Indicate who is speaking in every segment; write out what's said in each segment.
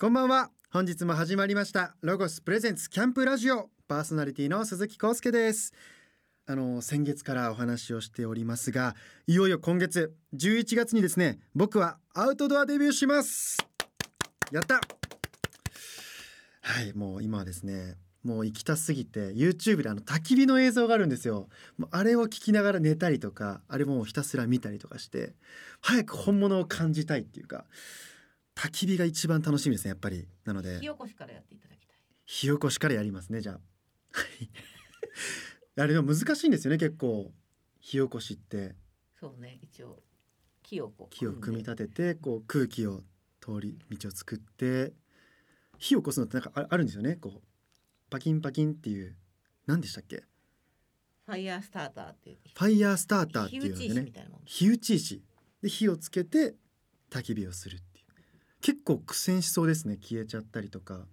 Speaker 1: こんばんは本日も始まりましたロゴスプレゼンツキャンプラジオパーソナリティの鈴木康介ですあの先月からお話をしておりますがいよいよ今月11月にですね僕はアウトドアデビューしますやったはいもう今はですねもう行きたすぎて YouTube であの焚き火の映像があるんですよもうあれを聞きながら寝たりとかあれもうひたすら見たりとかして早く本物を感じたいっていうか焚き火が一番楽しみですねやっぱりなので
Speaker 2: 火起こしからやっていただきたい。
Speaker 1: 火起こしからやりますねじゃあはい あれでも難しいんですよね結構火起こしって
Speaker 2: そうね、一応木をこう
Speaker 1: 木を組み
Speaker 2: て
Speaker 1: 立ててこう空気を通り道を作って火起こすのってなんかああるんですよねこうパキンパキンっていう何でしたっけ
Speaker 2: ファイヤースターターっていう。
Speaker 1: ファイヤースターターっていうの
Speaker 2: 火打ち
Speaker 1: で
Speaker 2: 石
Speaker 1: ね
Speaker 2: みたいなもん。
Speaker 1: 火打ち石で火をつけて焚き火をするっていう結構苦戦しそうですね消えちゃったりとか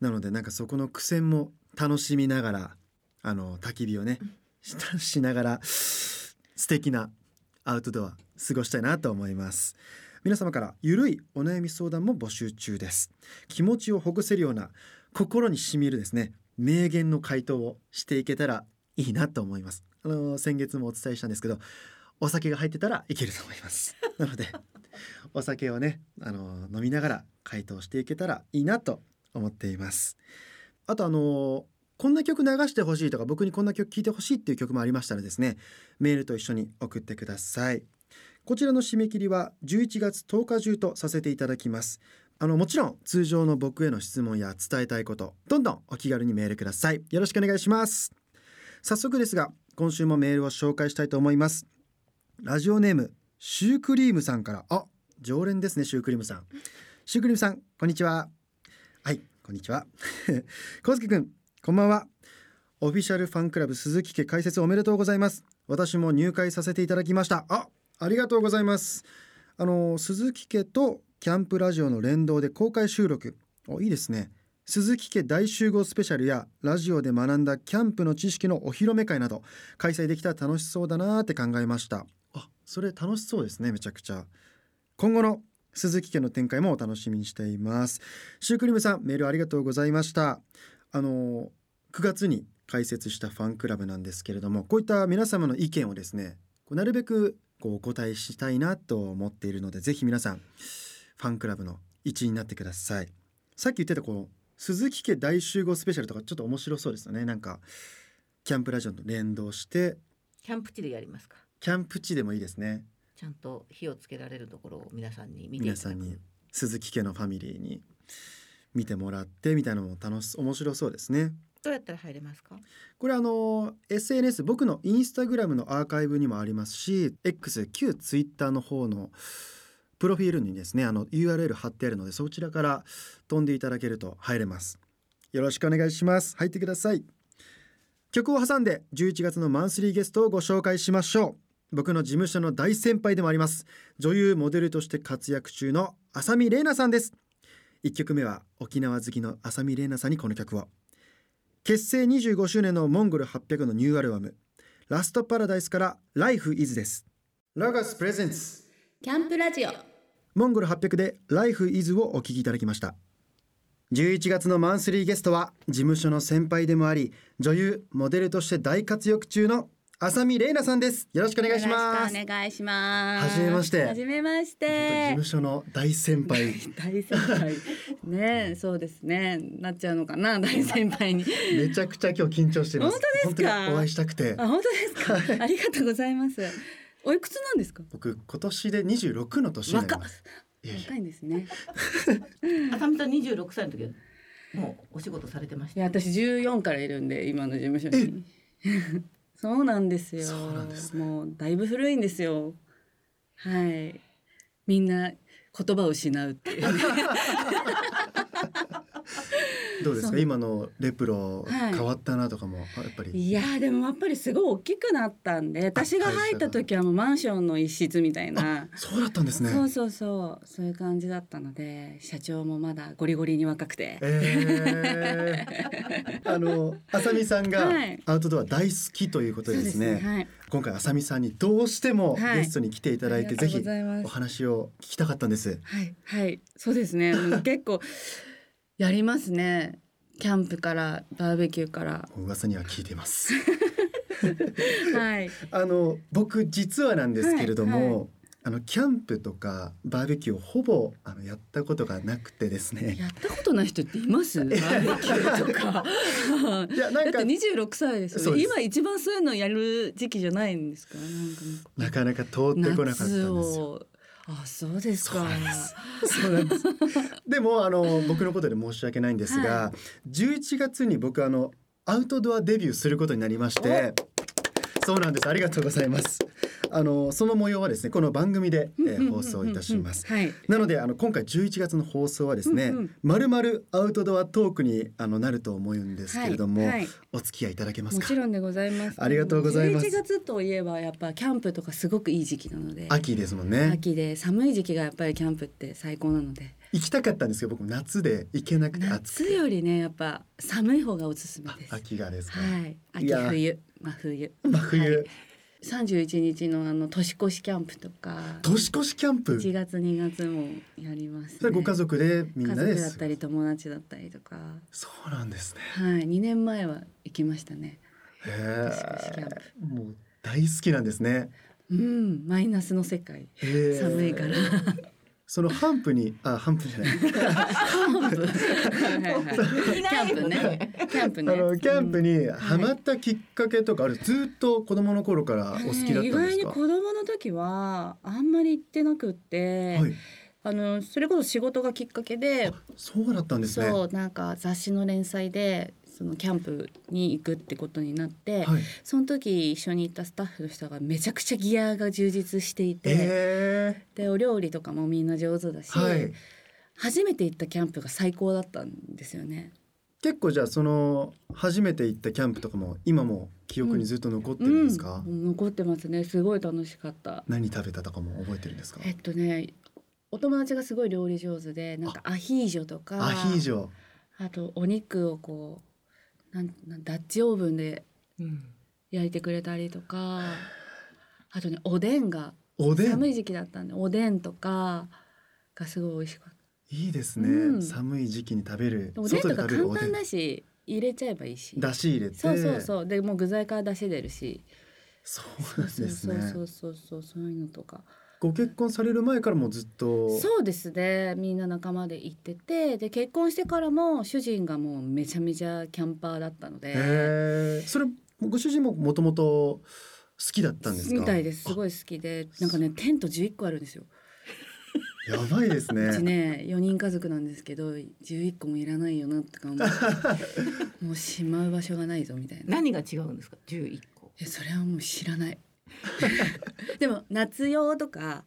Speaker 1: なのでなんかそこの苦戦も楽しみながらあの焚き火をねししながら素敵なアウトドア過ごしたいなと思います皆様からゆるいお悩み相談も募集中です気持ちをほぐせるような心にしみるですね名言の回答をしていけたらいいなと思いますあの先月もお伝えしたんですけどお酒が入ってたらいけると思います なのでお酒をねあの飲みながら回答していけたらいいなと思っていますあとあのこんな曲流してほしいとか僕にこんな曲聴いてほしいっていう曲もありましたらですねメールと一緒に送ってくださいこちらの締め切りは11月10日中とさせていただきますあのもちろん通常の僕への質問や伝えたいことどんどんお気軽にメールくださいよろしくお願いします早速ですが今週もメールを紹介したいと思いますラジオネームシュークリームさんからあ常連ですねシュークリームさんシュークリームさんこんにちははいこんにちは コウスケくんこんばんはオフィシャルファンクラブ鈴木家開設おめでとうございます私も入会させていただきましたあありがとうございますあの鈴木家とキャンプラジオの連動で公開収録おいいですね鈴木家大集合スペシャルやラジオで学んだキャンプの知識のお披露目会など開催できたら楽しそうだなーって考えましたあそれ楽しそうですねめちゃくちゃ今後の鈴木家の展開もお楽しみにしていますシュークリームさんメールありがとうございましたあの9月に開設したファンクラブなんですけれどもこういった皆様の意見をですねこうなるべくこうお答えしたいなと思っているのでぜひ皆さんファンクラブの一員になってくださいさっき言ってたこの鈴木家大集合スペシャルとかちょっと面白そうですよねなんかキャンプラジオと連動して
Speaker 2: キャンプ地でやりますか。
Speaker 1: キャンプ地でもいいですね
Speaker 2: ちゃんと火をつけられるところを皆さんに見て
Speaker 1: 皆
Speaker 2: いただく
Speaker 1: さんに鈴木家のファミリーに見てもらってみたいなのも楽し面白そうですね
Speaker 2: どうやったら入れますか。
Speaker 1: これあの SNS 僕のインスタグラムのアーカイブにもありますし X 旧 Twitter の方のプロフィールにですねあの URL 貼ってあるのでそちらから飛んでいただけると入れますよろしくお願いします入ってください曲を挟んで11月のマンスリーゲストをご紹介しましょう僕の事務所の大先輩でもあります女優モデルとして活躍中の浅見玲奈さんです1曲目は沖縄好きの浅見玲奈さんにこの曲を結成25周年のモンゴル800のニューアルバム「ラストパラダイス」から「Life is です。ラガスプレゼンツ
Speaker 3: キャンプラジオ
Speaker 1: モンゴル800で Life is をお聞きいただきました。11月のマンスリーゲストは事務所の先輩でもあり女優モデルとして大活躍中の浅見玲奈さんですよろしくお願いします
Speaker 3: お願いします
Speaker 1: はじめまして
Speaker 3: はじめまし
Speaker 1: 本当事
Speaker 3: て
Speaker 1: 務所の大先輩
Speaker 3: 大先輩ねえそうですねなっちゃうのかな大先 輩に
Speaker 1: めちゃくちゃ今日緊張しています
Speaker 3: 本当ですか
Speaker 1: 本当にお会いしたくて
Speaker 3: あ本当ですかありがとうございますおいくつなんですか
Speaker 1: 僕今年で26の年になりますいやいや
Speaker 3: 若いんですね
Speaker 2: 浅見さん二十六歳の時はもうお仕事されてまし
Speaker 3: い
Speaker 2: た。
Speaker 3: や私14からいるんで今の事務所に そうなんですよ
Speaker 1: そうなんです
Speaker 3: もうだいぶ古いんですよはいみんな言葉を失うっていうね
Speaker 1: どうです
Speaker 3: そ
Speaker 1: か
Speaker 3: う
Speaker 1: 今のレプロ
Speaker 3: はい
Speaker 1: 変わったなとかも、あやっぱり
Speaker 3: いやーでもやっぱりすごい大きくなったんで私が入った時はもうマンションの一室みたいな、
Speaker 1: そうだったんですね
Speaker 3: そうそうそうそういう感じだったので社長もまだゴリゴリに若くて
Speaker 1: えー、 あの浅見さんが
Speaker 3: はい
Speaker 1: アウトドア大好きということでですね,、
Speaker 3: はい、
Speaker 1: 今回浅見さんにどうしても
Speaker 3: はい
Speaker 1: ゲストに来ていただいて、ぜ
Speaker 3: あり
Speaker 1: ひ
Speaker 3: がとうござい
Speaker 1: お
Speaker 3: ます
Speaker 1: 話を聞きたかったんです
Speaker 3: はい、はい、そうです ねうん結構やりますねキャンプからバーベキューから
Speaker 1: 噂には聞いてます
Speaker 3: はい
Speaker 1: あの僕実はなんですけれども、
Speaker 3: はいは
Speaker 1: あのキャンプとかバーベキューをほぼあのやったことがなくてですね
Speaker 3: やったことない人っていますバーベキュー とか
Speaker 1: いやな
Speaker 3: だ
Speaker 1: ん
Speaker 3: っ
Speaker 1: か
Speaker 3: て26歳です
Speaker 1: そ
Speaker 3: よ
Speaker 1: う
Speaker 3: ね
Speaker 1: です
Speaker 3: 今一番そういうのやる時期じゃないんですかなんかもう
Speaker 1: なかなか通ってこなかったんです
Speaker 3: 夏
Speaker 1: よ
Speaker 3: をあそうです
Speaker 1: そう
Speaker 3: か
Speaker 1: なんですそうなんです。 でもあの僕のことで申し訳ないんですが、
Speaker 3: は
Speaker 1: 11月に僕あのアウトドアデビューすることになりまして、そうなんです。ありがとうございます。あのその模様はですねこの番組で、えー放送いたします。
Speaker 3: うんうんうんうんはい
Speaker 1: なのであの今回11月の放送はですね
Speaker 3: うんうん、
Speaker 1: まるまるアウトドアトークにあのなると思うんですけれども、
Speaker 3: はいはい
Speaker 1: お付き合いいただけます
Speaker 3: も
Speaker 1: か
Speaker 3: ち。ろんでございます。
Speaker 1: ありがとうございます
Speaker 3: 11月といえばやっぱキャンプとかすごくいい時期なので、
Speaker 1: 秋ですもんね。
Speaker 3: 秋で寒い時期がやっぱりキャンプって最高なので、
Speaker 1: 行きたかったんですけど僕夏で行けなくて暑く
Speaker 3: 夏よりねやっぱ寒い方がおすすめ
Speaker 1: あ
Speaker 3: です。
Speaker 1: 秋がですか。
Speaker 3: はい、
Speaker 1: い
Speaker 3: 秋
Speaker 1: や
Speaker 3: 冬真冬。
Speaker 1: 真冬、
Speaker 3: はい31日のあの年越しキャンプとか、
Speaker 1: 年越しキャンプ。
Speaker 3: 1月2月もやります、ね。
Speaker 1: それご家族でみんなで
Speaker 3: 家族だ
Speaker 1: す
Speaker 3: ったり友達だったりとか、
Speaker 1: そうなんですね
Speaker 3: はい、2年前は行きましたね。
Speaker 1: へ
Speaker 3: 越しキャン
Speaker 1: えもう大好きなんですね
Speaker 3: うん、マイナスの世界。
Speaker 1: へー
Speaker 3: 寒い から。
Speaker 1: そのハンプにあハンプじゃない
Speaker 3: はいはいはい
Speaker 2: い
Speaker 3: キ
Speaker 2: な
Speaker 3: ャ
Speaker 2: い
Speaker 3: ンプね。キャンプ
Speaker 1: あ
Speaker 3: ね。
Speaker 1: のキャンプにハマったきっかけとかあるずっと子供の頃からお好きだったんですか
Speaker 3: 意外に子供の時はあんまり行ってなくって、
Speaker 1: はい
Speaker 3: あのそれこそ仕事がきっかけで、
Speaker 1: そうだったんですね
Speaker 3: そうなんか雑誌の連載でそのキャンプに行くってことになって、
Speaker 1: はい
Speaker 3: その時一緒に行ったスタッフの人がめちゃくちゃギアが充実していて、
Speaker 1: え
Speaker 3: でお料理とかもみんな上手だし、
Speaker 1: ー、はい
Speaker 3: 初めて行ったキャンプが最高だったんですよね。
Speaker 1: 結構じゃあその初めて行ったキャンプとかも今も記憶にずっと残ってるんですか、
Speaker 3: うん、残ってますね。すごい楽しかった。
Speaker 1: 何食べたとかも覚えてるんですか
Speaker 3: えっとねお友達がすごい料理上手でなんかアヒージョとか
Speaker 1: アヒージョ
Speaker 3: あとお肉をこうなんなんダッチオーブンで焼いてくれたりとかあとねおでんが
Speaker 1: おでん
Speaker 3: 寒い時期だったんでおでんとかがすごい美味しかっ
Speaker 1: いいですね、
Speaker 3: うん
Speaker 1: 寒い時期に食べる
Speaker 3: たおでんとか
Speaker 1: 外で食べる
Speaker 3: 簡
Speaker 1: おで
Speaker 3: 単
Speaker 1: ん
Speaker 3: だし入れちゃえばいいし
Speaker 1: 出し入れて
Speaker 3: そうそうそうでもう具材から出汁出るし
Speaker 1: そうなん
Speaker 3: そう
Speaker 1: です
Speaker 3: そう
Speaker 1: ね
Speaker 3: そうそうそうそういうのとか
Speaker 1: ご結婚される前からもずっと
Speaker 3: そうですねみんな仲間で行っててで結婚してからも主人がもうめちゃめちゃキャンパーだったので、
Speaker 1: へえそれご主人ももともと好きだったんですか
Speaker 3: みたいですす
Speaker 1: い
Speaker 3: ごい好きでなんかねテント11個あるんですよ
Speaker 1: やばいです
Speaker 3: うち
Speaker 1: ね
Speaker 3: ね4人家族なんですけど11個もいらないよなとか思っ てもうしまう場所がないぞみたいな
Speaker 2: 何が違うんですか十一個
Speaker 3: いやそれはもう知らない でも夏用とか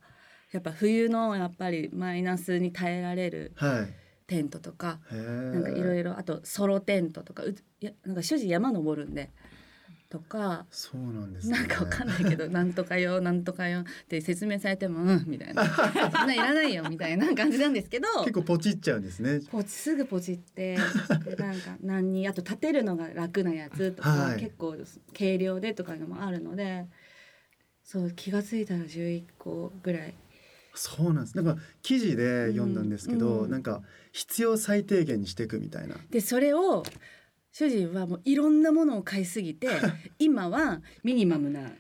Speaker 3: やっぱ冬のやっぱりマイナスに耐えられる
Speaker 1: はい
Speaker 3: テントとか
Speaker 1: へ
Speaker 3: なんかいろ
Speaker 1: ろ
Speaker 3: いろあとソロテントとかういやなんか主人山登るんでとか
Speaker 1: そうなんですね
Speaker 3: なんかわかんないけ どなんとかよなんとかよって説明されてもうんみたいなそんないらないよみたいな感じなんですけど
Speaker 1: 結構ポチっちゃうんですね
Speaker 3: ポチすぐポチってそしてなんか何にあと立てるのが楽なやつとか、
Speaker 1: はい
Speaker 3: 結構軽量でとかいうのもあるのでそう気がついたら11個ぐらい
Speaker 1: そうなんですなんか記事で読んだんですけど、
Speaker 3: うん
Speaker 1: なんか必要最低限にしていくみたいな
Speaker 3: でそれを主人はもういろんなものを買いすぎ て今はミニマムな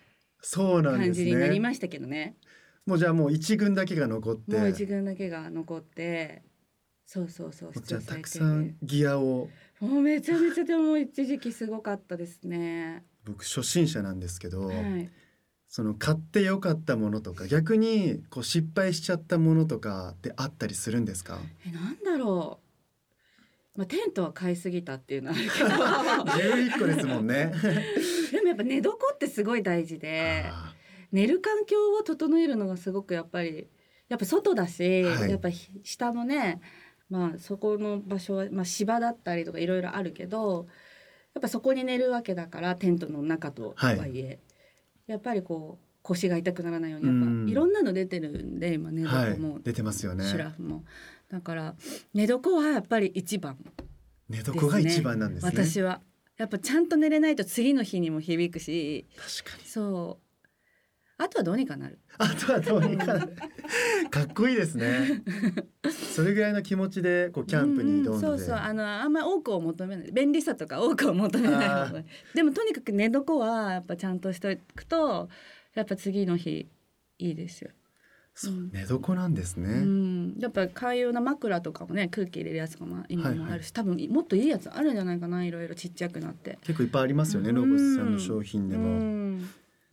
Speaker 1: そうなん
Speaker 3: 感
Speaker 1: です
Speaker 3: じになり
Speaker 1: ね
Speaker 3: ましたけどね
Speaker 1: もうじゃあもう一軍だけが残って
Speaker 3: もう一軍だけが残ってそうそうそう
Speaker 1: じゃあ
Speaker 3: 必要
Speaker 1: た
Speaker 3: 最
Speaker 1: く
Speaker 3: 低
Speaker 1: さん
Speaker 3: 限
Speaker 1: ギアを
Speaker 3: もうめちゃめちゃでも一時期すごかったですね
Speaker 1: 僕初心者なんですけど、
Speaker 3: はい
Speaker 1: その買ってよかったものとか逆にこう失敗しちゃったものとかってあったりするんですか
Speaker 3: えなんだろうまあテントは買いすぎたっていうのはあるけ
Speaker 1: ?11
Speaker 3: ど
Speaker 1: 個ですもん ね。
Speaker 3: でもやっぱ寝床ってすごい大事で
Speaker 1: あ
Speaker 3: 寝る環境を整えるのがすごくやっぱりやっぱ外だし、
Speaker 1: はい
Speaker 3: やっぱひ下のねまあそこの場所は、まあ、芝だったりとかいろいろあるけどやっぱそこに寝るわけだからテントの中とは
Speaker 1: はい
Speaker 3: いえ、やっぱりこう腰が痛くならないように
Speaker 1: う
Speaker 3: やっ
Speaker 1: ん
Speaker 3: ぱいろんなの出てるんで今ねどこ
Speaker 1: はい
Speaker 3: も、
Speaker 1: 出てますよね
Speaker 3: シュラフもだから寝床はやっぱり一番
Speaker 1: 寝床が一番なんですね
Speaker 3: 私はやっぱちゃんと寝れないと次の日にも響くし
Speaker 1: 確かに
Speaker 3: そうあとはどうにかなる
Speaker 1: あとはどうにか かっこいいですねそれぐらいの気持ちでこうキャンプに挑んで、
Speaker 3: うんうんそうそうあのあんまり多くを求めない便利さとか多くを求めない
Speaker 1: あー
Speaker 3: 方がいいでもとにかく寝床はやっぱちゃんとしておくとやっぱ次の日いいですよ、
Speaker 1: そう寝床なんですね、
Speaker 3: うん、やっぱ寛容な枕とかもね空気入れるやつとかも今もあるし、多分もっといいやつあるんじゃないかないろいろちっちゃくなって
Speaker 1: 結構いっぱいありますよね、ロゴスさんの商品でも、
Speaker 3: うん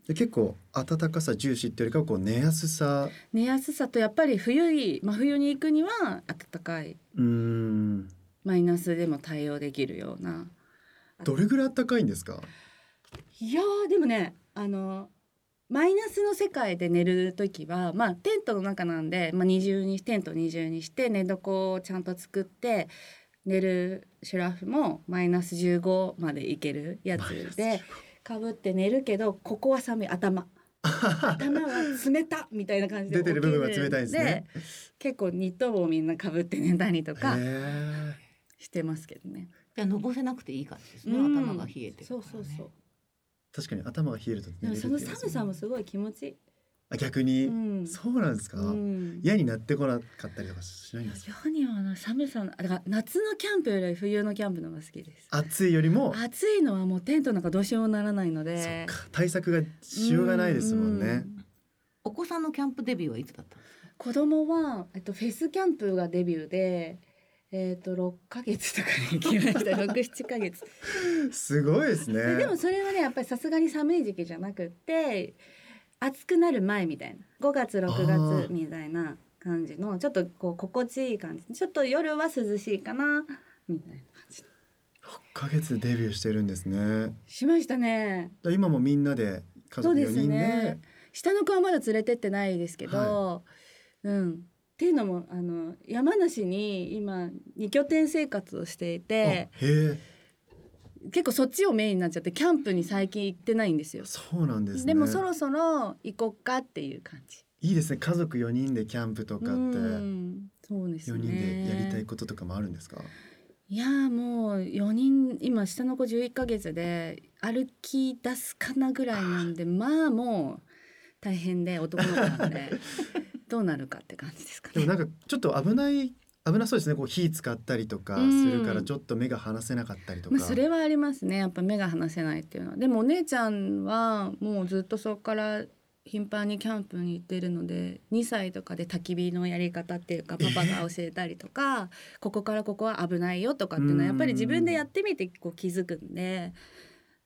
Speaker 1: で結構暖かさ重視っていうよりかはこう寝やすさ
Speaker 3: 寝やすさとやっぱり冬に真冬に行くには暖かいう
Speaker 1: ーん
Speaker 3: マイナスでも対応できるような
Speaker 1: どれぐらい暖かいんですか
Speaker 3: いやーでもねあのマイナスの世界で寝る時は、まあ、テントの中なんで、まあ、二重にテントを二重にして寝床をちゃんと作って寝るシュラフもマイナス15までいけるやつでかぶって寝るけどここは寒い頭頭は冷たみたいな感じで
Speaker 1: 出てる部分は冷たいんですね
Speaker 3: 起きるんで結構ニット帽をみんなかぶって寝たりとか
Speaker 1: へ
Speaker 3: してますけどね。
Speaker 2: じゃあのぼせなくていい感じですね。
Speaker 3: うん
Speaker 2: 頭が冷えてるから
Speaker 3: そ
Speaker 2: ね
Speaker 3: うそうそう。
Speaker 1: ー確かに頭が冷えると
Speaker 3: で
Speaker 1: 寝
Speaker 3: も
Speaker 1: れるって
Speaker 3: そ
Speaker 1: いう
Speaker 3: の
Speaker 1: やつ
Speaker 3: 寒さもすごい気持ちいい。
Speaker 1: あ逆に、
Speaker 3: うん
Speaker 1: そうなんですか、
Speaker 3: うん
Speaker 1: 嫌になってこなかったりとかしないんですか
Speaker 3: 世にはな寒さのあだから夏のキャンプより冬のキャンプの方が好きです
Speaker 1: 暑いよりも、
Speaker 3: 暑いのはもうテントなんかどうしようもならないの
Speaker 1: そっ
Speaker 3: で
Speaker 1: か対策がしようがないですもんね、
Speaker 3: うん
Speaker 2: お子さんのキャンプデビューはいつだったんですか。
Speaker 3: 子供はえっとフェスキャンプがデビューでえっと6ヶ月とかに行き ました67ヶ月
Speaker 1: すごいですね
Speaker 3: ででもそれはねやっぱりさすがに寒い時期じゃなくって暑くなる前みたいな5月6
Speaker 1: あー
Speaker 3: 月みたいな感じのちょっとこう心地いい感じちょっと夜は涼しいかなみたいな感じ
Speaker 1: 6ヶ月でデビューしてるんですね
Speaker 3: しましたね
Speaker 1: だ今もみんなで家
Speaker 3: そう
Speaker 1: 族4
Speaker 3: です
Speaker 1: 人で
Speaker 3: ね下の子はまだ連れてってないですけど、うんっていうのもあの山梨に今2拠点生活をしてい
Speaker 1: あ
Speaker 3: て
Speaker 1: へえ
Speaker 3: 結構そっちをメインになっちゃってキャンプに最近行ってないんですよ
Speaker 1: そうなんで
Speaker 3: です
Speaker 1: ね
Speaker 3: もそろそろ行こっかっていう感じ
Speaker 1: いいですね家族4人でキャンプとかっ
Speaker 3: う
Speaker 1: て
Speaker 3: んそうです
Speaker 1: 4
Speaker 3: ね
Speaker 1: 人でやりたいこととかもあるんですか、
Speaker 3: いやーもう4人今下の子11ヶ月で歩き出すかなぐらいなんでまあもう大変で男の子なん でどうなるかって感じですか
Speaker 1: でも
Speaker 3: ね。
Speaker 1: なんかちょっと危ない危なそうですねこう火使ったりとかするか
Speaker 3: う
Speaker 1: ら
Speaker 3: ん
Speaker 1: ちょっと目が離せなかったりとか、
Speaker 3: まあそれはありますねやっぱ目が離せないっていうのはでもお姉ちゃんはもうずっとそこから頻繁にキャンプに行ってるので2歳とかで焚き火のやり方っていうかパパが教えたりとか、ここからここは危ないよとかっていうのはやっぱり自分でやってみてこう気づくんで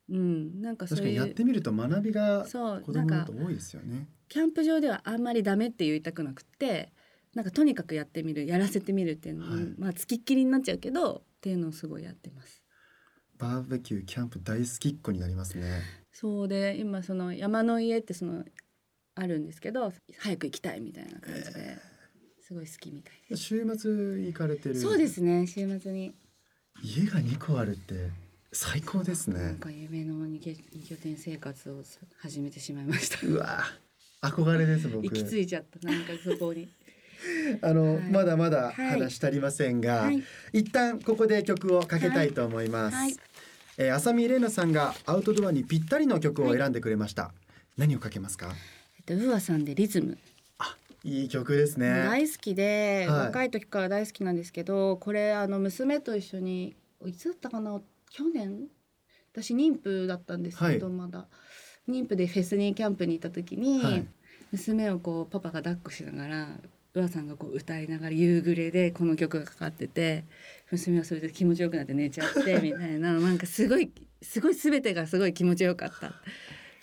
Speaker 3: うんなんかそう
Speaker 1: 確かに
Speaker 3: い
Speaker 1: やっ
Speaker 3: う
Speaker 1: てみると学びが
Speaker 3: そう
Speaker 1: 子
Speaker 3: なん
Speaker 1: 供だ
Speaker 3: か
Speaker 1: と多いですよね
Speaker 3: キャンプ場ではあんまりダメって言いたくなくってなんかとにかくやってみるやらせてみるっていうの、
Speaker 1: はい
Speaker 3: まあつきっきりになっちゃうけどっていうのをすごいやってます。
Speaker 1: バーベキューキャンプ大好きっ子になりますね
Speaker 3: そうで今その山の家ってそのあるんですけど早く行きたいみたいな感じですごい好きみたいで
Speaker 1: 週末行かれてる
Speaker 3: す。そうですね週末に
Speaker 1: 家が2個あるって最高です
Speaker 3: な
Speaker 1: ね
Speaker 3: んか夢の二拠二拠点生活を始めてしまいました。
Speaker 1: うわ憧れです僕
Speaker 3: 行き着いちゃったなんかそこに。
Speaker 1: あの、
Speaker 3: はい
Speaker 1: まだまだ
Speaker 3: はい
Speaker 1: 話足りませんが、
Speaker 3: はい
Speaker 1: 一旦ここで曲をかけたいと思います、
Speaker 3: はいはい
Speaker 1: えー浅見玲奈さんがアウトドアにぴったりの曲を選んでくれました、何をかけますか
Speaker 3: えっとウーアさんでリズム
Speaker 1: いい曲ですね
Speaker 3: 大好きで、
Speaker 1: はい
Speaker 3: 若い時から大好きなんですけどこれあの娘と一緒にいつだったかな去年私妊婦だったんですけど、
Speaker 1: はい
Speaker 3: まだ妊婦でフェスにキャンプに行った時に、
Speaker 1: はい
Speaker 3: 娘をこうパパが抱っこしながらうわさんがこう歌いながら夕暮れでこの曲がかかってて娘はそれで気持ちよくなって寝ちゃって みたいななんかすごいすごい全てがすごい気持ちよかった、
Speaker 1: フ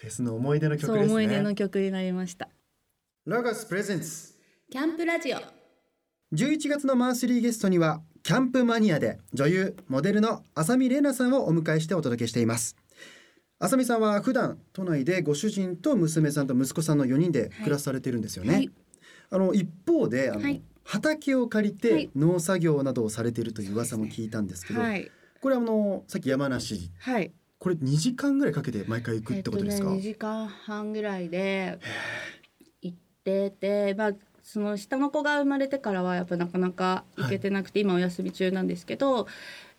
Speaker 1: ェスの思い出の曲
Speaker 3: そう
Speaker 1: ですね
Speaker 3: 思い出の曲になりました。
Speaker 1: ロゴスプレゼンツ
Speaker 3: キャンプラジオ
Speaker 1: 11月のマンスリーゲストにはキャンプマニアで女優モデルの浅見玲奈さんをお迎えしてお届けしています浅見さんは普段都内でご主人と娘さんと息子さんの4人で暮らされてるんですよね、
Speaker 3: はい
Speaker 1: あの一方であの、
Speaker 3: はい
Speaker 1: 畑を借り
Speaker 3: は
Speaker 1: て
Speaker 3: い
Speaker 1: 農作業などをされているという噂も聞いたんですけど、
Speaker 3: はい
Speaker 1: これあのさっき山梨
Speaker 3: はい
Speaker 1: これ2時間ぐらいかけて毎回行く
Speaker 3: え
Speaker 1: っ
Speaker 3: ってと
Speaker 1: ことですか、
Speaker 3: ね、2時間半ぐらいで行ってて、まあ、その下の子が生まれてからはやっぱなかなか行けてなくて、今お休み中なんですけど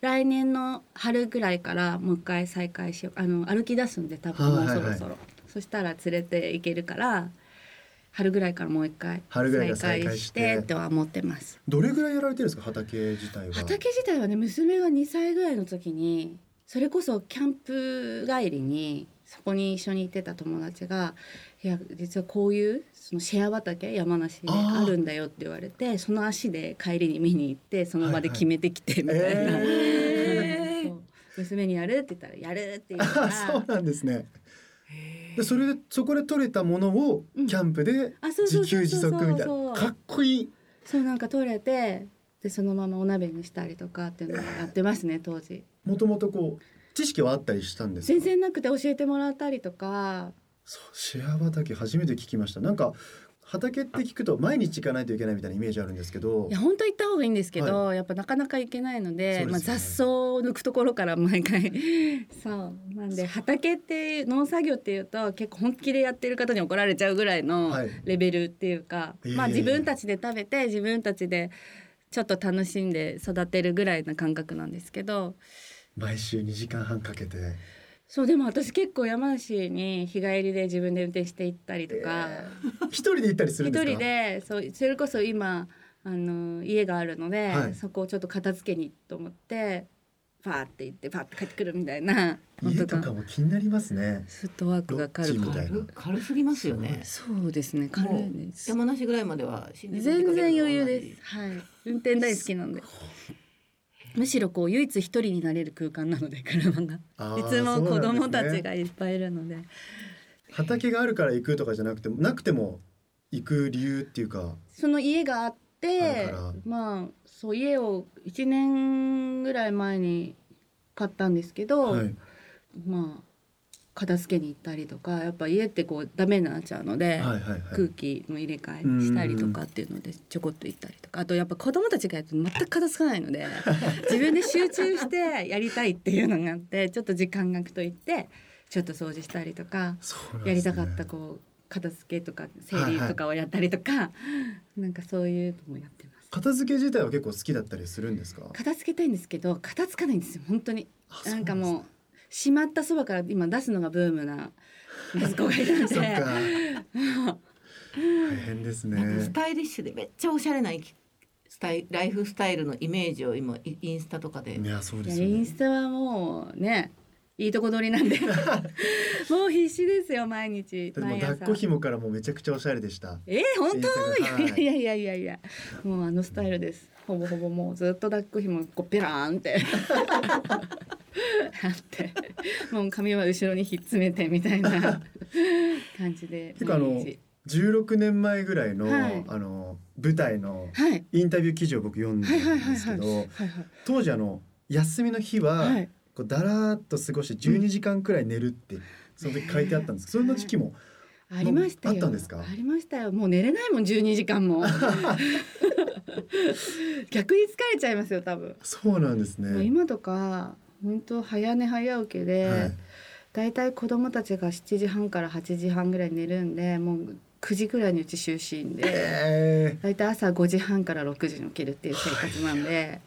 Speaker 3: 来年の春ぐらいからもう一回再開しようあの歩き出すんで多分も
Speaker 1: はいうはい
Speaker 3: そ
Speaker 1: はい
Speaker 3: ろそろ、そしたら連れて行けるから春ぐらいからもう一回
Speaker 1: 春ぐらいから再
Speaker 3: 再
Speaker 1: 開
Speaker 3: 開
Speaker 1: し
Speaker 3: しててとは思ってます。
Speaker 1: どれぐらいやられてるんですか畑自体は
Speaker 3: 畑自体はね娘が2歳ぐらいの時にそれこそキャンプ帰りにそこに一緒に行ってた友達が「いや実はこういうそのシェア畑山梨で
Speaker 1: あー
Speaker 3: あるんだよ」って言われてその足で帰りに見に行ってその場で決めてきてみたいな、
Speaker 1: えー
Speaker 3: そう娘に「やる?」って言ったら「やる」って言うか
Speaker 1: あ
Speaker 3: ら
Speaker 1: そうなんですねでそれでそこで取れたものを
Speaker 3: うん
Speaker 1: キャンプで
Speaker 3: あそうそ
Speaker 1: 自
Speaker 3: うそうそう
Speaker 1: 給自足みたい
Speaker 3: そ
Speaker 1: な
Speaker 3: う
Speaker 1: かっこいい
Speaker 3: そうなんか取れてでそのままお鍋にしたりとかっていうのをやってますね当時。
Speaker 1: もともとこう知識はあったりしたんですか
Speaker 3: 全然なくて教えてもらったりとか
Speaker 1: そうシェア畑初めて聞きましたなんか畑って聞くと毎日行かないといけないみたいなイメージあるんですけど
Speaker 3: いや本当行った方がいいんですけど、やっぱなかなか行けない
Speaker 1: そ
Speaker 3: ので
Speaker 1: うですよね
Speaker 3: まあ、雑草を抜くところから毎回 そうなんで畑っていう農作業っていうと結構本気でやってる方に怒られちゃうぐらいの
Speaker 1: はい
Speaker 3: レベルっていうか、
Speaker 1: いえいえ
Speaker 3: まあ、自分たちで食べて自分たちでちょっと楽しんで育てるぐらいな感覚なんですけど
Speaker 1: 毎週2時間半かけて
Speaker 3: そうでも私結構山梨に日帰りで自分で運転して行ったりとか。
Speaker 1: 一人で行ったりするんです
Speaker 3: 一
Speaker 1: か
Speaker 3: 人でそうそれこそ今あの家があるので、
Speaker 1: はい
Speaker 3: そこをちょっと片付けにと思ってパーって行ってパーって帰ってくるみたいな
Speaker 1: 家とかも気になりますね
Speaker 3: フットワークが軽
Speaker 1: ロッチ
Speaker 3: く
Speaker 1: みたいな
Speaker 2: 軽軽すぎますよね。
Speaker 3: そうですね軽いです
Speaker 2: 山梨ぐらいまでは全
Speaker 3: 全然余裕ですはい運転大好きなんでむしろこう唯一一人になれる空間なので車が
Speaker 1: あー
Speaker 3: いつも
Speaker 1: そう
Speaker 3: 子
Speaker 1: なんです
Speaker 3: 供
Speaker 1: ね
Speaker 3: たちがいっぱいいるので
Speaker 1: 畑があるから行くとかじゃなくてなくても行く理由っていうか
Speaker 3: その家があっ
Speaker 1: ある
Speaker 3: て
Speaker 1: から
Speaker 3: まあそう家を1年ぐらい前に買ったんですけど、
Speaker 1: はい
Speaker 3: まあ片付けに行ったりとかやっぱ家ってこうダメになっちゃうの
Speaker 1: は
Speaker 3: で、
Speaker 1: いはいはい
Speaker 3: 空気の入れ替えしたりとかっていうのでちょこっと行ったりとかあとやっぱ子供たちがやると全く片付かない ので自分で集中してやりたいっていうのがあってちょっと時間が空くと行ってちょっと掃除したりとか、
Speaker 1: そうなんで
Speaker 3: やり
Speaker 1: すね
Speaker 3: たかったこう片付けとか整理とかをやったりとか、 なんかそういうのもやってます。
Speaker 1: 片付け自体は結構好きだったりするんですか
Speaker 3: 片付けたいんですけど片付かないんですよ本当に
Speaker 1: あ
Speaker 3: なんか
Speaker 1: そう
Speaker 3: もうしまったそばから今出すのがブームな息子がいたの
Speaker 1: です ねそっ
Speaker 3: で
Speaker 1: か 大変です
Speaker 2: なんかス
Speaker 1: ね
Speaker 2: タイリッシュでめっちゃおしゃれな生きスタイライフスタイルのイメージを今イインスタとかで
Speaker 1: いやそう
Speaker 3: い
Speaker 1: で
Speaker 3: や
Speaker 1: すよ
Speaker 3: イン
Speaker 1: ね
Speaker 3: スタはもうねいいとこ取りなん でもう必死ですよ毎日
Speaker 1: でも
Speaker 3: 毎朝
Speaker 1: 抱っこ紐からもめちゃくちゃおしゃれでした
Speaker 3: えー、本当、
Speaker 1: はい
Speaker 3: い、やいやいやいやいやもうあのスタイルですほぼほぼもうずっと抱っこひもこうペラーンって あってもう髪は後ろにひっ詰めてみ たいな感じで
Speaker 1: 結構あの
Speaker 3: 毎日
Speaker 1: 16年前ぐらいの、
Speaker 3: はい
Speaker 1: あの舞台の
Speaker 3: はい
Speaker 1: インタビュー記事を僕読んで
Speaker 3: はい
Speaker 1: る
Speaker 3: は
Speaker 1: ん
Speaker 3: いは
Speaker 1: で
Speaker 3: い
Speaker 1: す
Speaker 3: は
Speaker 1: け
Speaker 3: い
Speaker 1: ど
Speaker 3: はいはい
Speaker 1: 当時あの休みの日は、
Speaker 3: はい
Speaker 1: こうだらーっと過ごして12時間くらい寝るってその時書いてあったんですけど、
Speaker 3: ねえ
Speaker 1: そんな時期も
Speaker 3: ありましたよ。
Speaker 1: あったんですか
Speaker 3: ありましたよ。もう寝れないもん、12時 間も。逆に疲れちゃいますよ、多分。
Speaker 1: そうなんですね。
Speaker 3: もう今とか、本当早寝早起きで、
Speaker 1: はい、
Speaker 3: だいたい子供たちが7時半から8時半ぐらい寝るんで、もう9時ぐらいにうち就寝で、
Speaker 1: え
Speaker 3: だいたい朝5時半から6時に起きるっていう生活なんで。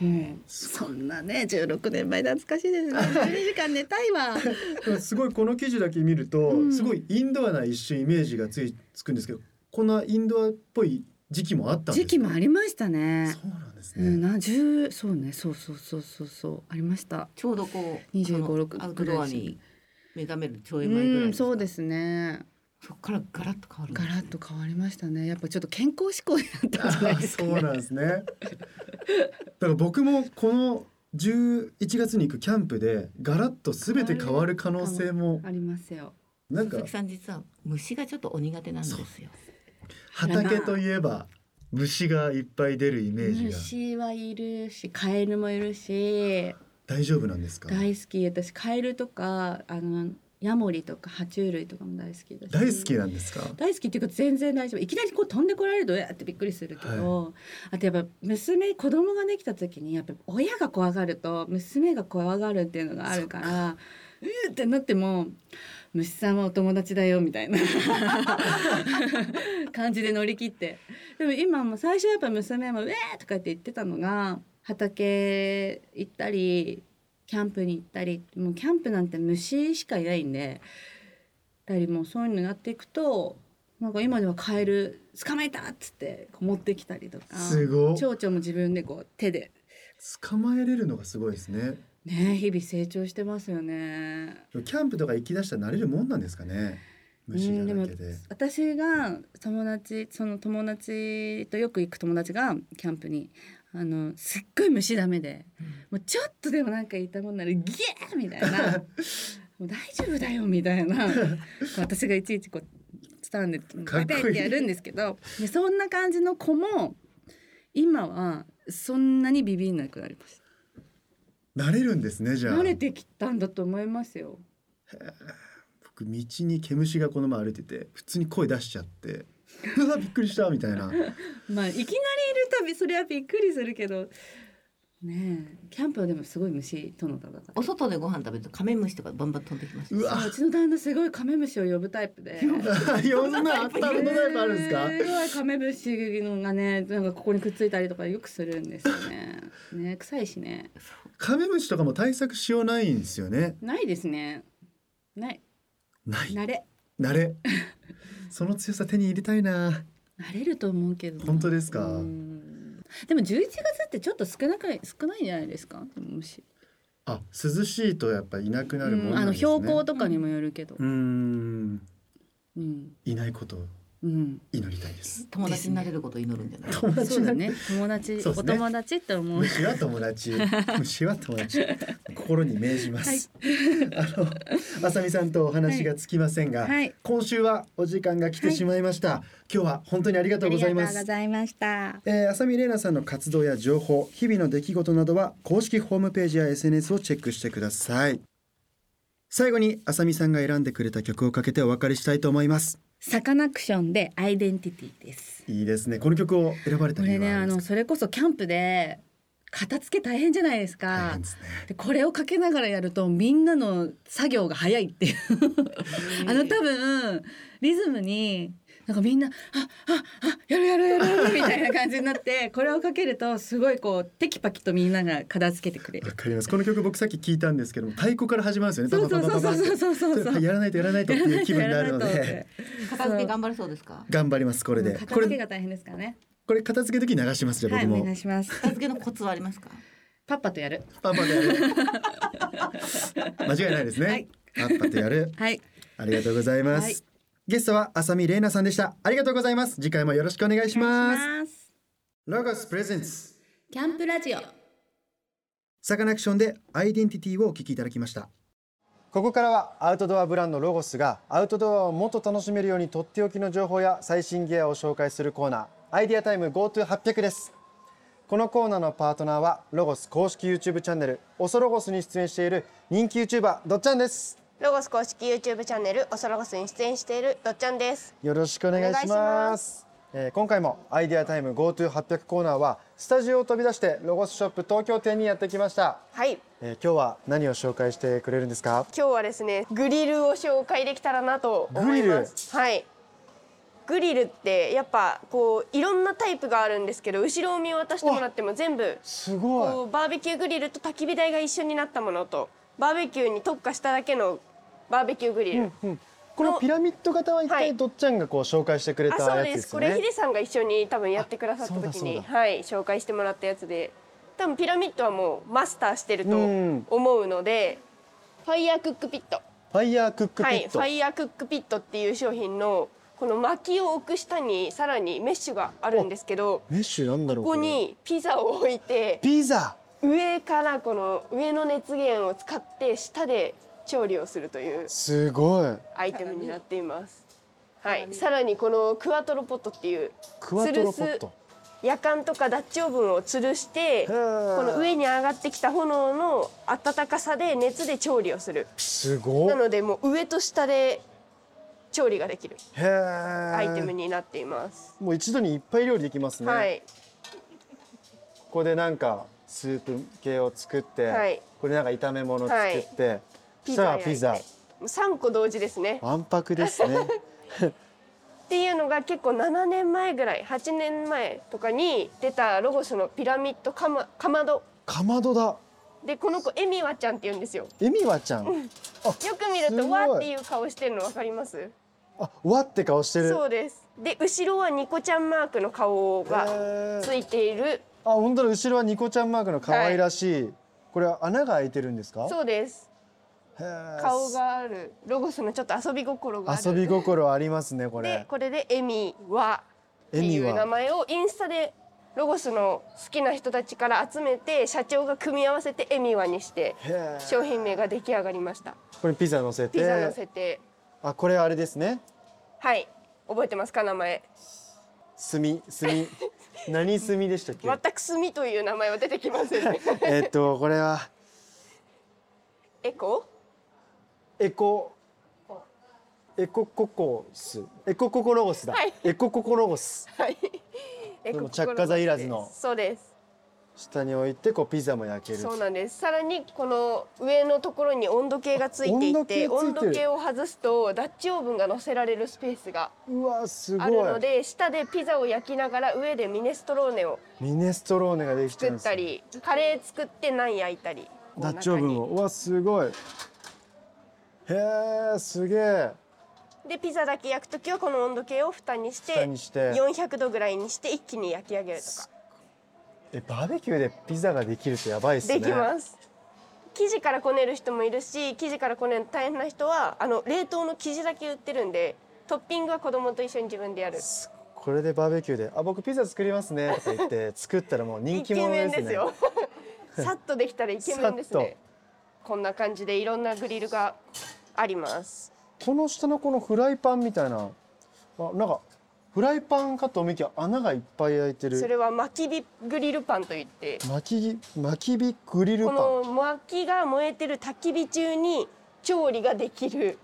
Speaker 3: もうそんなね16年前懐かしいです ね12時間寝たいわ
Speaker 1: ー、すごいこの記事だけ見ると、
Speaker 3: うん
Speaker 1: すごいインドアな一瞬イメージがついつくんですけどこんなインドアっぽい時期もあったんです
Speaker 3: 時期もありましたね
Speaker 1: そうなんです
Speaker 3: う
Speaker 1: ね、
Speaker 3: ん、な十そうねそうそうそうそうそうありました。
Speaker 2: ちょうどこう
Speaker 3: 25
Speaker 2: あの
Speaker 3: 6
Speaker 2: アウトドアに目覚めるちょい前ぐら
Speaker 3: う
Speaker 2: い
Speaker 3: ん
Speaker 2: ですか
Speaker 3: そうですね。
Speaker 2: そこからガラッと変わるんです
Speaker 3: ガ
Speaker 2: ね
Speaker 3: ラッと変わりましたね。やっぱちょっと健康志向になったんじゃない
Speaker 1: あ
Speaker 3: ですか
Speaker 1: そう
Speaker 3: ね。
Speaker 1: なんですね。だから僕もこの11月に行くキャンプでガラッと全て変わる可能性も
Speaker 3: ありますよ。
Speaker 1: なんか
Speaker 2: 鈴木さん実は虫がちょっとお苦手なんですよ。
Speaker 1: 畑といえば虫がいっぱい出るイメージが
Speaker 3: 虫はいるし、カエルもいるし、
Speaker 1: 大丈夫なんですか。
Speaker 3: 大好き。私カエルとかあのヤモリとか爬虫類とかも大好きだし
Speaker 1: 大好きなんですか。
Speaker 3: 大好きっていうか全然大丈夫いきなりこう飛んでこられるとやってびっくりするけど、あとやっぱ娘子供ができた時にやっぱ親が怖がると娘が怖がるっていうのがあるからうーってなっても虫さんはお友達だよみた いな感じで乗り切ってでも今も最初やっぱ娘も「うえー!」とかって言ってたのが畑行ったりキャンプに行ったりもうキャンプなんて虫しかいないんで。たりもそういうのやっていくとなんか今ではカエル捕まえたっつってこう持ってきたりとか
Speaker 1: すごい。
Speaker 3: 蝶々も自分でこう手で
Speaker 1: 捕まえれるのがすごいですね。
Speaker 3: ね日々成長してますよね。
Speaker 1: キャンプとか行き出したら慣れるもんなんですかね。虫だらけ
Speaker 3: うん
Speaker 1: で。
Speaker 3: 私が友達その友達とよく行く友達がキャンプにあのすっごい虫ダメでもうちょっとでもなんかいたもんならギャーみたい なもう大丈夫だよみたいなこう私がいちいちこう伝わんで
Speaker 1: かっ
Speaker 3: ペ
Speaker 1: こいい
Speaker 3: ペってやるんですけどでそんな感じの子も今はそんなにビビんなくなりまし
Speaker 1: 慣れるんですねじ
Speaker 3: た
Speaker 1: ゃあ。
Speaker 3: 慣れてきたんだと思いますよ
Speaker 1: 僕道に毛虫がこの前歩いてて普通に声出しちゃって 「うわびっくりした」みたい な
Speaker 3: まあいきなりいるたびそれはびっくりするけどねえキャンプはでもすごい虫との戦い
Speaker 2: お外でご飯食べるとカメムシとかバンバン飛んできます
Speaker 1: う
Speaker 2: よ。
Speaker 1: わ
Speaker 3: そううちの旦那すごいカメムシを呼ぶタイプで
Speaker 1: いろんなあったのタイプあるんですか
Speaker 3: すごいカメムシのがねなんかここにくっついたりとかよくするんですよねね臭いしね
Speaker 1: カメムシとかも対策しようないんですよね
Speaker 3: ないですねない
Speaker 1: ない
Speaker 3: 慣れ
Speaker 1: 慣れその強さ手に入れたいな
Speaker 3: 慣れると思うけどな
Speaker 1: 本当ですか
Speaker 3: うんでも11月ってちょっと少なくない少ないんじゃないですかでも虫
Speaker 1: あ涼しいとやっぱいなくなるも
Speaker 3: うんんあ
Speaker 1: なん
Speaker 3: の
Speaker 1: ですね
Speaker 3: 標高とかにもよるけど
Speaker 1: うーん
Speaker 3: うん
Speaker 1: いないことを
Speaker 3: うん
Speaker 1: 祈りたいです
Speaker 2: 友達になれることを祈るんじゃない。
Speaker 1: 友
Speaker 3: そ
Speaker 1: 達
Speaker 3: う
Speaker 1: な
Speaker 3: だね 友達、
Speaker 1: そうです
Speaker 3: お
Speaker 1: ね
Speaker 3: 友達って思う
Speaker 1: 虫は友 達虫は友達心に銘じます、 あの浅見さんとお話がつきませんが、
Speaker 3: はい
Speaker 1: 今週はお時間が来て
Speaker 3: はい
Speaker 1: しまいました、今日は本当にありがとうございます
Speaker 3: ざいました
Speaker 1: えー、浅見玲奈さんの活動や情報日々の出来事などは公式ホームページや SNS をチェックしてください最後に浅見さんが選んでくれた曲をかけてお別れしたいと思います
Speaker 3: サカナクションでアイデンティティです
Speaker 1: いいですねこの曲を選ばれた
Speaker 3: こ
Speaker 1: 理
Speaker 3: れ
Speaker 1: 由
Speaker 3: ね
Speaker 1: はあ
Speaker 3: あ
Speaker 1: りま
Speaker 3: の
Speaker 1: す
Speaker 3: それこそキャンプで片付け大変じゃないです
Speaker 1: か大
Speaker 3: か
Speaker 1: 変ですね
Speaker 3: でこれをかけながらやるとみんなの作業が早いっていうあの多分リズムになんかみんな「あああやるやるやるやる」みたいな感じになってこれをかけるとすごいこうテキパキとみんなが片付けてくれ
Speaker 1: わ
Speaker 3: る。
Speaker 1: かりますこの曲僕さっき聞いたんですけども太鼓から始まるんですよね
Speaker 3: そうそうそうそうそうそう
Speaker 1: そ
Speaker 3: そう
Speaker 1: れ。やらないとやらないとっていう気分になるので
Speaker 2: 片付け頑張れそうですか。
Speaker 1: 頑張りますこ
Speaker 3: こ
Speaker 1: れで
Speaker 3: 片
Speaker 1: こ
Speaker 3: 付け
Speaker 1: れ
Speaker 3: が大変ですからね。
Speaker 1: これ片付け時に流しますじゃあ
Speaker 3: はい、
Speaker 1: 僕
Speaker 3: お
Speaker 1: も
Speaker 3: 願いします。
Speaker 2: 片付けのコツはありますか。
Speaker 3: パッパとやる。
Speaker 1: パパとやる間違いないです
Speaker 3: はい
Speaker 1: ねパパとやる
Speaker 3: はい、
Speaker 1: ありがとうございます、
Speaker 3: はい
Speaker 1: ゲストは浅見玲奈さんでしたありがとうございます次回もよろしくお願いします
Speaker 3: ます。
Speaker 1: ロゴスプレゼンツ
Speaker 3: キャンプラジオ。
Speaker 1: サカナクションでアイデンティティをお聞きいただきましたここからはアウトドアブランドロゴスがアウトドアをもっと楽しめるようにとっておきの情報や最新ギアを紹介するコーナーアイデアタイム GoTo800 ですこのコーナーのパートナーはロゴス公式 YouTube チャンネルオソロゴスに出演している人気 YouTuber どっちゃんです
Speaker 4: ロゴス公式 YouTube チャンネル「おそろごす」に出演しているどっちゃんです
Speaker 1: よろしくお願いします
Speaker 4: お願いしま
Speaker 1: えー今回もアイデアタイム GoTo800 コーナーはスタジオを飛び出してロゴスショップ東京店にやってきました、
Speaker 4: はい
Speaker 1: えー今日は何を紹介してくれるんですか
Speaker 4: 今日はですねグリルを紹介できたらなと思いますはいグリルってやっぱこういろんなタイプがあるんですけど後ろを見渡してもらっても全部
Speaker 1: すごい
Speaker 4: こうバーベキューグリルと焚き火台が一緒になったものとバーベキューに特化しただけのバーベキューグリル、
Speaker 1: このピラミッド型は一
Speaker 4: は
Speaker 1: 体
Speaker 4: い
Speaker 1: どっちゃんがこう紹介してくれ
Speaker 4: あ
Speaker 1: た
Speaker 4: そう
Speaker 1: や
Speaker 4: で
Speaker 1: つ
Speaker 4: す
Speaker 1: です
Speaker 4: こ
Speaker 1: よね。
Speaker 4: れヒデさんが一緒に多分やってくださった
Speaker 1: あ
Speaker 4: 時
Speaker 1: そうだ
Speaker 4: に
Speaker 1: そう
Speaker 4: はい紹介してもらったやつで多分ピラミッドはもうマスターしてる
Speaker 1: う
Speaker 4: と
Speaker 1: ん
Speaker 4: 思うのでファイヤークックピット
Speaker 1: ファイヤークックピ
Speaker 4: はい
Speaker 1: ッ
Speaker 4: フ
Speaker 1: ト。
Speaker 4: ァイヤークックピットっていう商品のこの薪を置く下にさらにメッシュがあるんですけど
Speaker 1: メッシュなんだろう
Speaker 4: ここ
Speaker 1: れ
Speaker 4: にピザを置いて
Speaker 1: ピザ。
Speaker 4: 上からこの上の熱源を使って下で調理をするという
Speaker 1: すごい。
Speaker 4: アイテムになっています。はい、さらにこのクワトロポットっていう
Speaker 1: クワトロポット。
Speaker 4: 吊るす夜間とかダッチオーブンを吊るして
Speaker 1: へ
Speaker 4: こ
Speaker 1: ー
Speaker 4: の上に上がってきた炎の暖かさで熱で調理をする
Speaker 1: すご
Speaker 4: ないのでもう上と下で調理ができる
Speaker 1: へー
Speaker 4: アイテムになっています、
Speaker 1: もう一度にいっぱい料理できますね、
Speaker 4: はい
Speaker 1: ここでなんかスープ系を作って、
Speaker 4: はい
Speaker 1: これなんか炒め物作って、そしたら
Speaker 4: 焼いて
Speaker 1: ピザ
Speaker 4: 3個同時ですね
Speaker 1: わんぱくです ね
Speaker 4: っていうのが結構7年前ぐらい8年前とかに出たロゴスのピラミッドかまかまど
Speaker 1: かまどだ
Speaker 4: でこの子エミワちゃんって言うんですよ
Speaker 1: エミワちゃん、
Speaker 4: よく見る
Speaker 1: すごい
Speaker 4: とわーっていう顔してるの分かります
Speaker 1: あわって顔してる
Speaker 4: そうですで後ろはニコちゃんマークの顔が
Speaker 1: へー
Speaker 4: ついている
Speaker 1: あ本当だ後ろはニコちゃんマークの可愛らしい、これは穴が開いてるんですか
Speaker 4: そうです
Speaker 1: へー
Speaker 4: 顔があるロゴスのちょっと遊び心がある
Speaker 1: 遊び心ありますねこ
Speaker 4: で
Speaker 1: れ
Speaker 4: これでエミワって
Speaker 1: エミ
Speaker 4: いう
Speaker 1: は
Speaker 4: 名前をインスタでロゴスの好きな人たちから集めて社長が組み合わせてエミワにして
Speaker 1: へー
Speaker 4: 商品名が出来上がりました
Speaker 1: これピザ乗せて
Speaker 4: ピザのせて
Speaker 1: あこれあれですね
Speaker 4: はい覚えてますか名前
Speaker 1: 炭 炭何炭でしたっけ、
Speaker 4: 全くスミという名前は出てきま せん
Speaker 1: えっとこれは
Speaker 4: エコ
Speaker 1: エコエコココスエコココロゴスだ、
Speaker 4: はい
Speaker 1: エコココロゴス
Speaker 4: はいエ
Speaker 1: でも
Speaker 4: コ
Speaker 1: 着火剤いらずの
Speaker 4: そうです
Speaker 1: 下に置いてこうピザも焼ける
Speaker 4: そうなんですさらにこの上のところに温度計がついていて
Speaker 1: あ温
Speaker 4: 温
Speaker 1: 度計ついてる
Speaker 4: 度計を外すとダッチオーブンが乗せられるスペースが
Speaker 1: うわす
Speaker 4: ある
Speaker 1: ご
Speaker 4: の
Speaker 1: い
Speaker 4: で下でピザを焼きながら上でミネストローネを
Speaker 1: ミネストローネができちゃうん
Speaker 4: 作
Speaker 1: で
Speaker 4: っ
Speaker 1: すよ
Speaker 4: たりカレー作ってナン焼いたり
Speaker 1: ダッチオーブンをうわすごいへえすげえ
Speaker 4: でピザだけ焼くときはこの温度計を蓋にして
Speaker 1: 蓋にして
Speaker 4: 400度ぐらいにして一気に焼き上げるとか
Speaker 1: えバーベキューでピザができるってやばいっすね
Speaker 4: できます生地からこねる人もいるし生地からこねるの大変な人はあの冷凍の生地だけ売ってるんでトッピングは子供と一緒に自分でやる
Speaker 1: すこれでバーベキューで「あ僕ピザ作りますね」とか言って 作ったらもう人
Speaker 4: イ
Speaker 1: 気
Speaker 4: ケ
Speaker 1: 者で
Speaker 4: メン
Speaker 1: すね
Speaker 4: ですよさっとできたらイケメンです
Speaker 1: さっ
Speaker 4: ねこんな感じでいろんなグリルがあります
Speaker 1: この下のこのフライパンみたいなあなんかフライパンかと思いきや穴がいっぱい開いて
Speaker 4: それ
Speaker 1: る
Speaker 4: は巻き火グリルパンといって
Speaker 1: 巻き巻き火グリル
Speaker 4: こ
Speaker 1: パン
Speaker 4: の薪が燃えてる焚き火中に調理ができる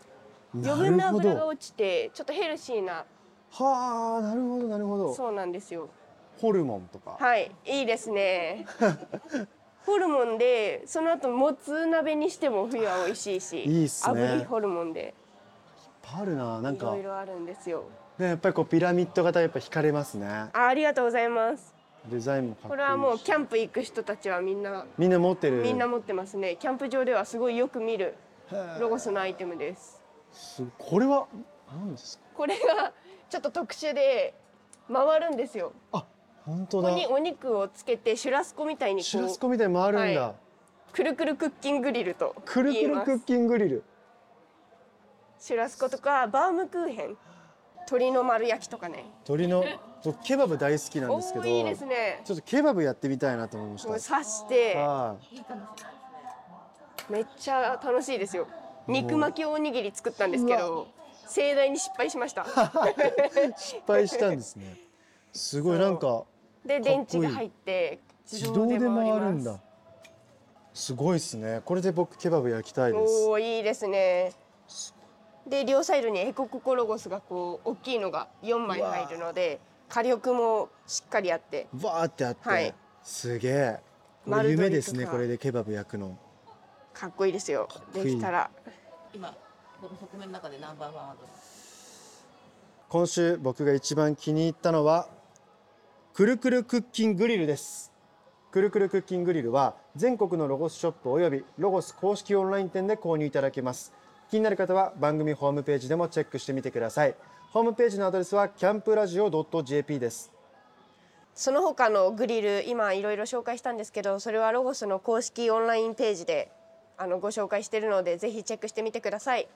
Speaker 4: 余分な
Speaker 1: なるほ
Speaker 4: 油が
Speaker 1: ど
Speaker 4: 落ちてちょっとヘルシーな
Speaker 1: はあなるほどなるほど
Speaker 4: そうなんですよ
Speaker 1: ホルモンとか
Speaker 4: はいいいで すねホルモンでその後もつ鍋にしても冬は美味しいし
Speaker 1: いいっすね
Speaker 4: 炙りホルモンで
Speaker 1: パルななん
Speaker 4: い
Speaker 1: か
Speaker 4: ろい
Speaker 1: ね
Speaker 4: ろあるんですよ
Speaker 1: やっぱりこうピラミッド型やっぱ惹かれますね
Speaker 4: あありがとうございます
Speaker 1: デザインもかっこいいし
Speaker 4: これはもうキャンプ行く人たちはみんな
Speaker 1: みんな持ってる
Speaker 4: みんな持ってますねキャンプ場ではすごいよく見る
Speaker 1: へー
Speaker 4: ロゴスのアイテムです
Speaker 1: すこれは何ですか
Speaker 4: これがちょっと特殊で回るんですよ
Speaker 1: あ本当
Speaker 4: こ
Speaker 1: だ
Speaker 4: こにお肉をつけてシュラスコみたいに
Speaker 1: シュラス
Speaker 4: こ
Speaker 1: コみたいに回るんだ、
Speaker 4: はいうくるくるクッキングリルと
Speaker 1: くるく
Speaker 4: 言い
Speaker 1: る
Speaker 4: ます
Speaker 1: クッキングリル
Speaker 4: シュラスコとかバウムクーヘン鶏の丸焼きとかね
Speaker 1: 鶏の僕ケバブ大好きなん
Speaker 4: お
Speaker 1: ですけど
Speaker 4: ーいいですね
Speaker 1: ちょっとケバブやってみたいなと思いまし
Speaker 4: もう刺
Speaker 1: た
Speaker 4: して
Speaker 1: はい
Speaker 4: めっちゃ楽しいですよ肉巻きおにぎり作ったんですけど盛大に失敗しました
Speaker 1: 失敗したんですねすごい
Speaker 4: そう
Speaker 1: なんか
Speaker 4: で
Speaker 1: かっこいい
Speaker 4: 電池が入って自
Speaker 1: 自動
Speaker 4: 動
Speaker 1: で
Speaker 4: で回
Speaker 1: 回
Speaker 4: ります
Speaker 1: るんだすごいですねこれで僕ケバブ焼きたいです
Speaker 4: おーいいですねで両サイドにエコココロゴスがこう大きいのが4枚入るので火力もしっかりあって
Speaker 1: バーってあって、
Speaker 4: はい
Speaker 1: すげえこれ
Speaker 4: 丸
Speaker 1: 夢
Speaker 4: 鶏
Speaker 1: ですね
Speaker 4: とか
Speaker 1: これでケバブ焼くの
Speaker 4: かっこいいですよ
Speaker 1: こいい
Speaker 4: できたら
Speaker 2: 今この側面の中でナンバーワンはどれ
Speaker 1: 今週僕が一番気に入ったのはくるくるクッキングリルですくるくるクッキングリルは全国のロゴスショップおよびロゴス公式オンライン店で購入いただけます気になる方は番組ホームページでもチェックしてみてくださいホームページのアドレスはキャンプラジオ .jp です
Speaker 4: その他のグリル今いろいろ紹介したんですけどそれはロゴスの公式オンラインページであのご紹介してるのでぜひチェックしてみてください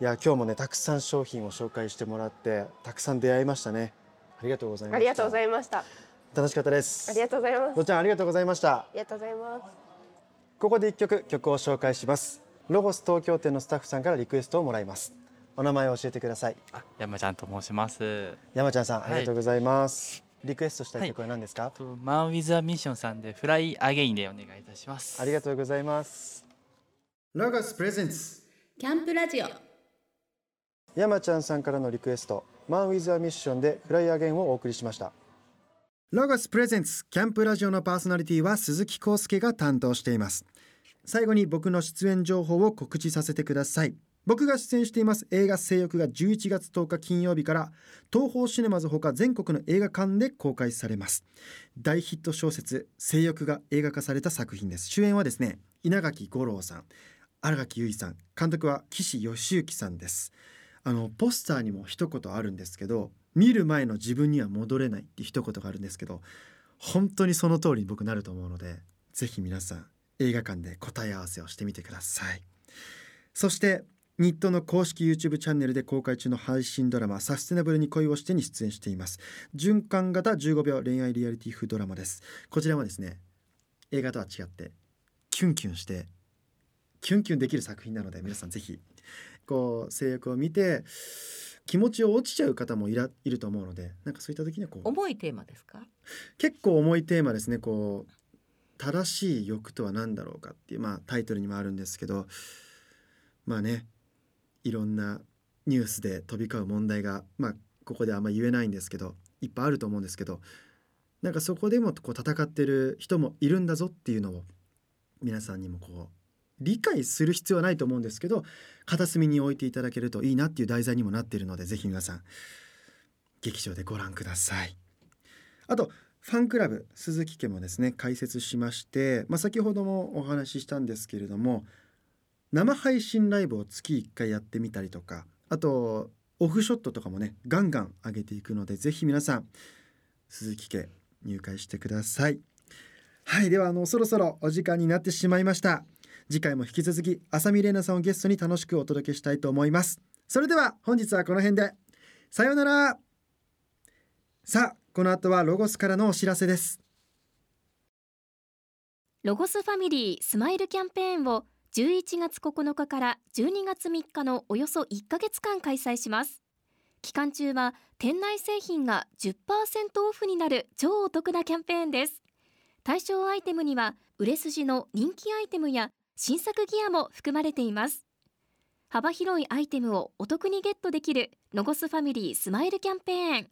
Speaker 1: いや今日もねたくさん商品を紹介してもらってたくさん出会いましたねありがとうございました
Speaker 4: ありがとうござ
Speaker 1: い
Speaker 4: いました
Speaker 1: ます楽しかったです
Speaker 4: ありがとうございます
Speaker 1: どっちゃんありがとうございました
Speaker 4: ありがとうございます
Speaker 1: ここで一曲曲を紹介しますロゴス東京店のスタッフさんからリクエストをもらいますお名前を教えてください
Speaker 5: あ山ちゃんと申します。
Speaker 1: 山ちゃんさん、
Speaker 5: は
Speaker 1: あり
Speaker 5: い
Speaker 1: がとうございます
Speaker 6: リクエストしたい曲は何ですか、
Speaker 5: とマン・ウィズ・ア・ミッションさんで「フライ・アゲイン」でお願いいたします
Speaker 6: ありがとうございます
Speaker 1: ロゴスプレゼンツ
Speaker 3: キャンプラジオ
Speaker 6: 山ちゃんさんからのリクエストマンウィズアミッションでフライアゲインをお送りしました
Speaker 1: ロゴスプレゼンツキャンプラジオのパーソナリティは鈴木康介が担当しています最後に僕の出演情報を告知させてください僕が出演しています映画性欲が11月10日金曜日から東宝シネマズほか全国の映画館で公開されます大ヒット小説性欲が映画化された作品です主演はですね稲垣吾郎さん新垣結衣さん監督は岸義行さんですあのポスターにも一言あるんですけど見る前の自分には戻れないって一言があるんですけど本当にその通りに僕なると思うのでぜひ皆さん映画館で答え合わせをしてみてくださいそして日東の公式 YouTube チャンネルで公開中の配信ドラマ「サステナブルに恋をして」に出演しています循環型15秒恋愛リアリティ風ドラマですこちらはですね映画とは違ってキュンキュンしてキュンキュンできる作品なので皆さんぜひこう制約を見て気持ちを落ちちゃう方もいらいると思うのでなんかそういった時にはこう
Speaker 2: 重いテーマですか
Speaker 1: 結構重いテーマですねこう正しい欲とは何だろうかっていう、まあ、タイトルにもあるんですけどまあねいろんなニュースで飛び交う問題が、まあ、ここではあんま言えないんですけどいっぱいあると思うんですけどなんかそこでもこう戦ってる人もいるんだぞっていうのを皆さんにもこう理解する必要はないと思うんですけど片隅に置いていただけるといいなっていう題材にもなっているのでぜひ皆さん劇場でご覧ください。あとファンクラブ鈴木家もですね開設しまして、まあ、先ほどもお話ししたんですけれども生配信ライブを月1回やってみたりとかあとオフショットとかもねガンガン上げていくのでぜひ皆さん鈴木家入会してください。はいではあのそろそろお時間になってしまいました。次回も引き続き浅見玲奈さんをゲストに楽しくお届けしたいと思いますそれでは本日はこの辺でさようならさあこの後はロゴスからのお知らせです
Speaker 7: ロゴスファミリースマイルキャンペーンを11月9日から12月3日のおよそ1ヶ月間開催します期間中は店内製品が10%オフになる超お得なキャンペーンです対象アイテムには売れ筋の人気アイテムや新作ギアも含まれています幅広いアイテムをお得にゲットできるロゴスファミリースマイルキャンペーン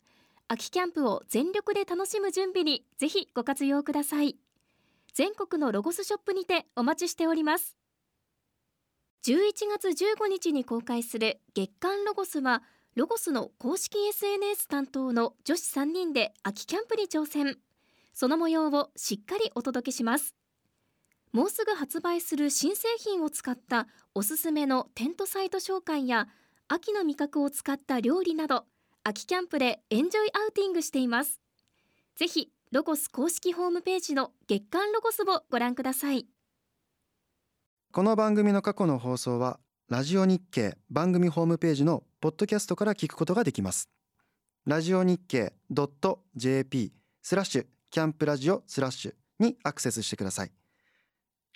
Speaker 7: 秋キャンプを全力で楽しむ準備にぜひご活用ください全国のロゴスショップにてお待ちしております11月15日に公開する月刊ロゴスはロゴスの公式 SNS 担当の女子3人で秋キャンプに挑戦その模様をしっかりお届けしますもうすぐ発売する新製品を使ったおすすめのテントサイト紹介や秋の味覚を使った料理など秋キャンプでエンジョイアウティングしていますぜひロゴス公式ホームページの月刊ロゴスをご覧ください
Speaker 1: この番組の過去の放送はラジオ日経番組ホームページのポッドキャストから聞くことができますラジオ日経 .jp スラッシュキャンプラジオスラッシュにアクセスしてください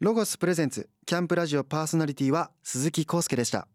Speaker 1: ロゴスプレゼンツキャンプラジオパーソナリティは鈴木康介でした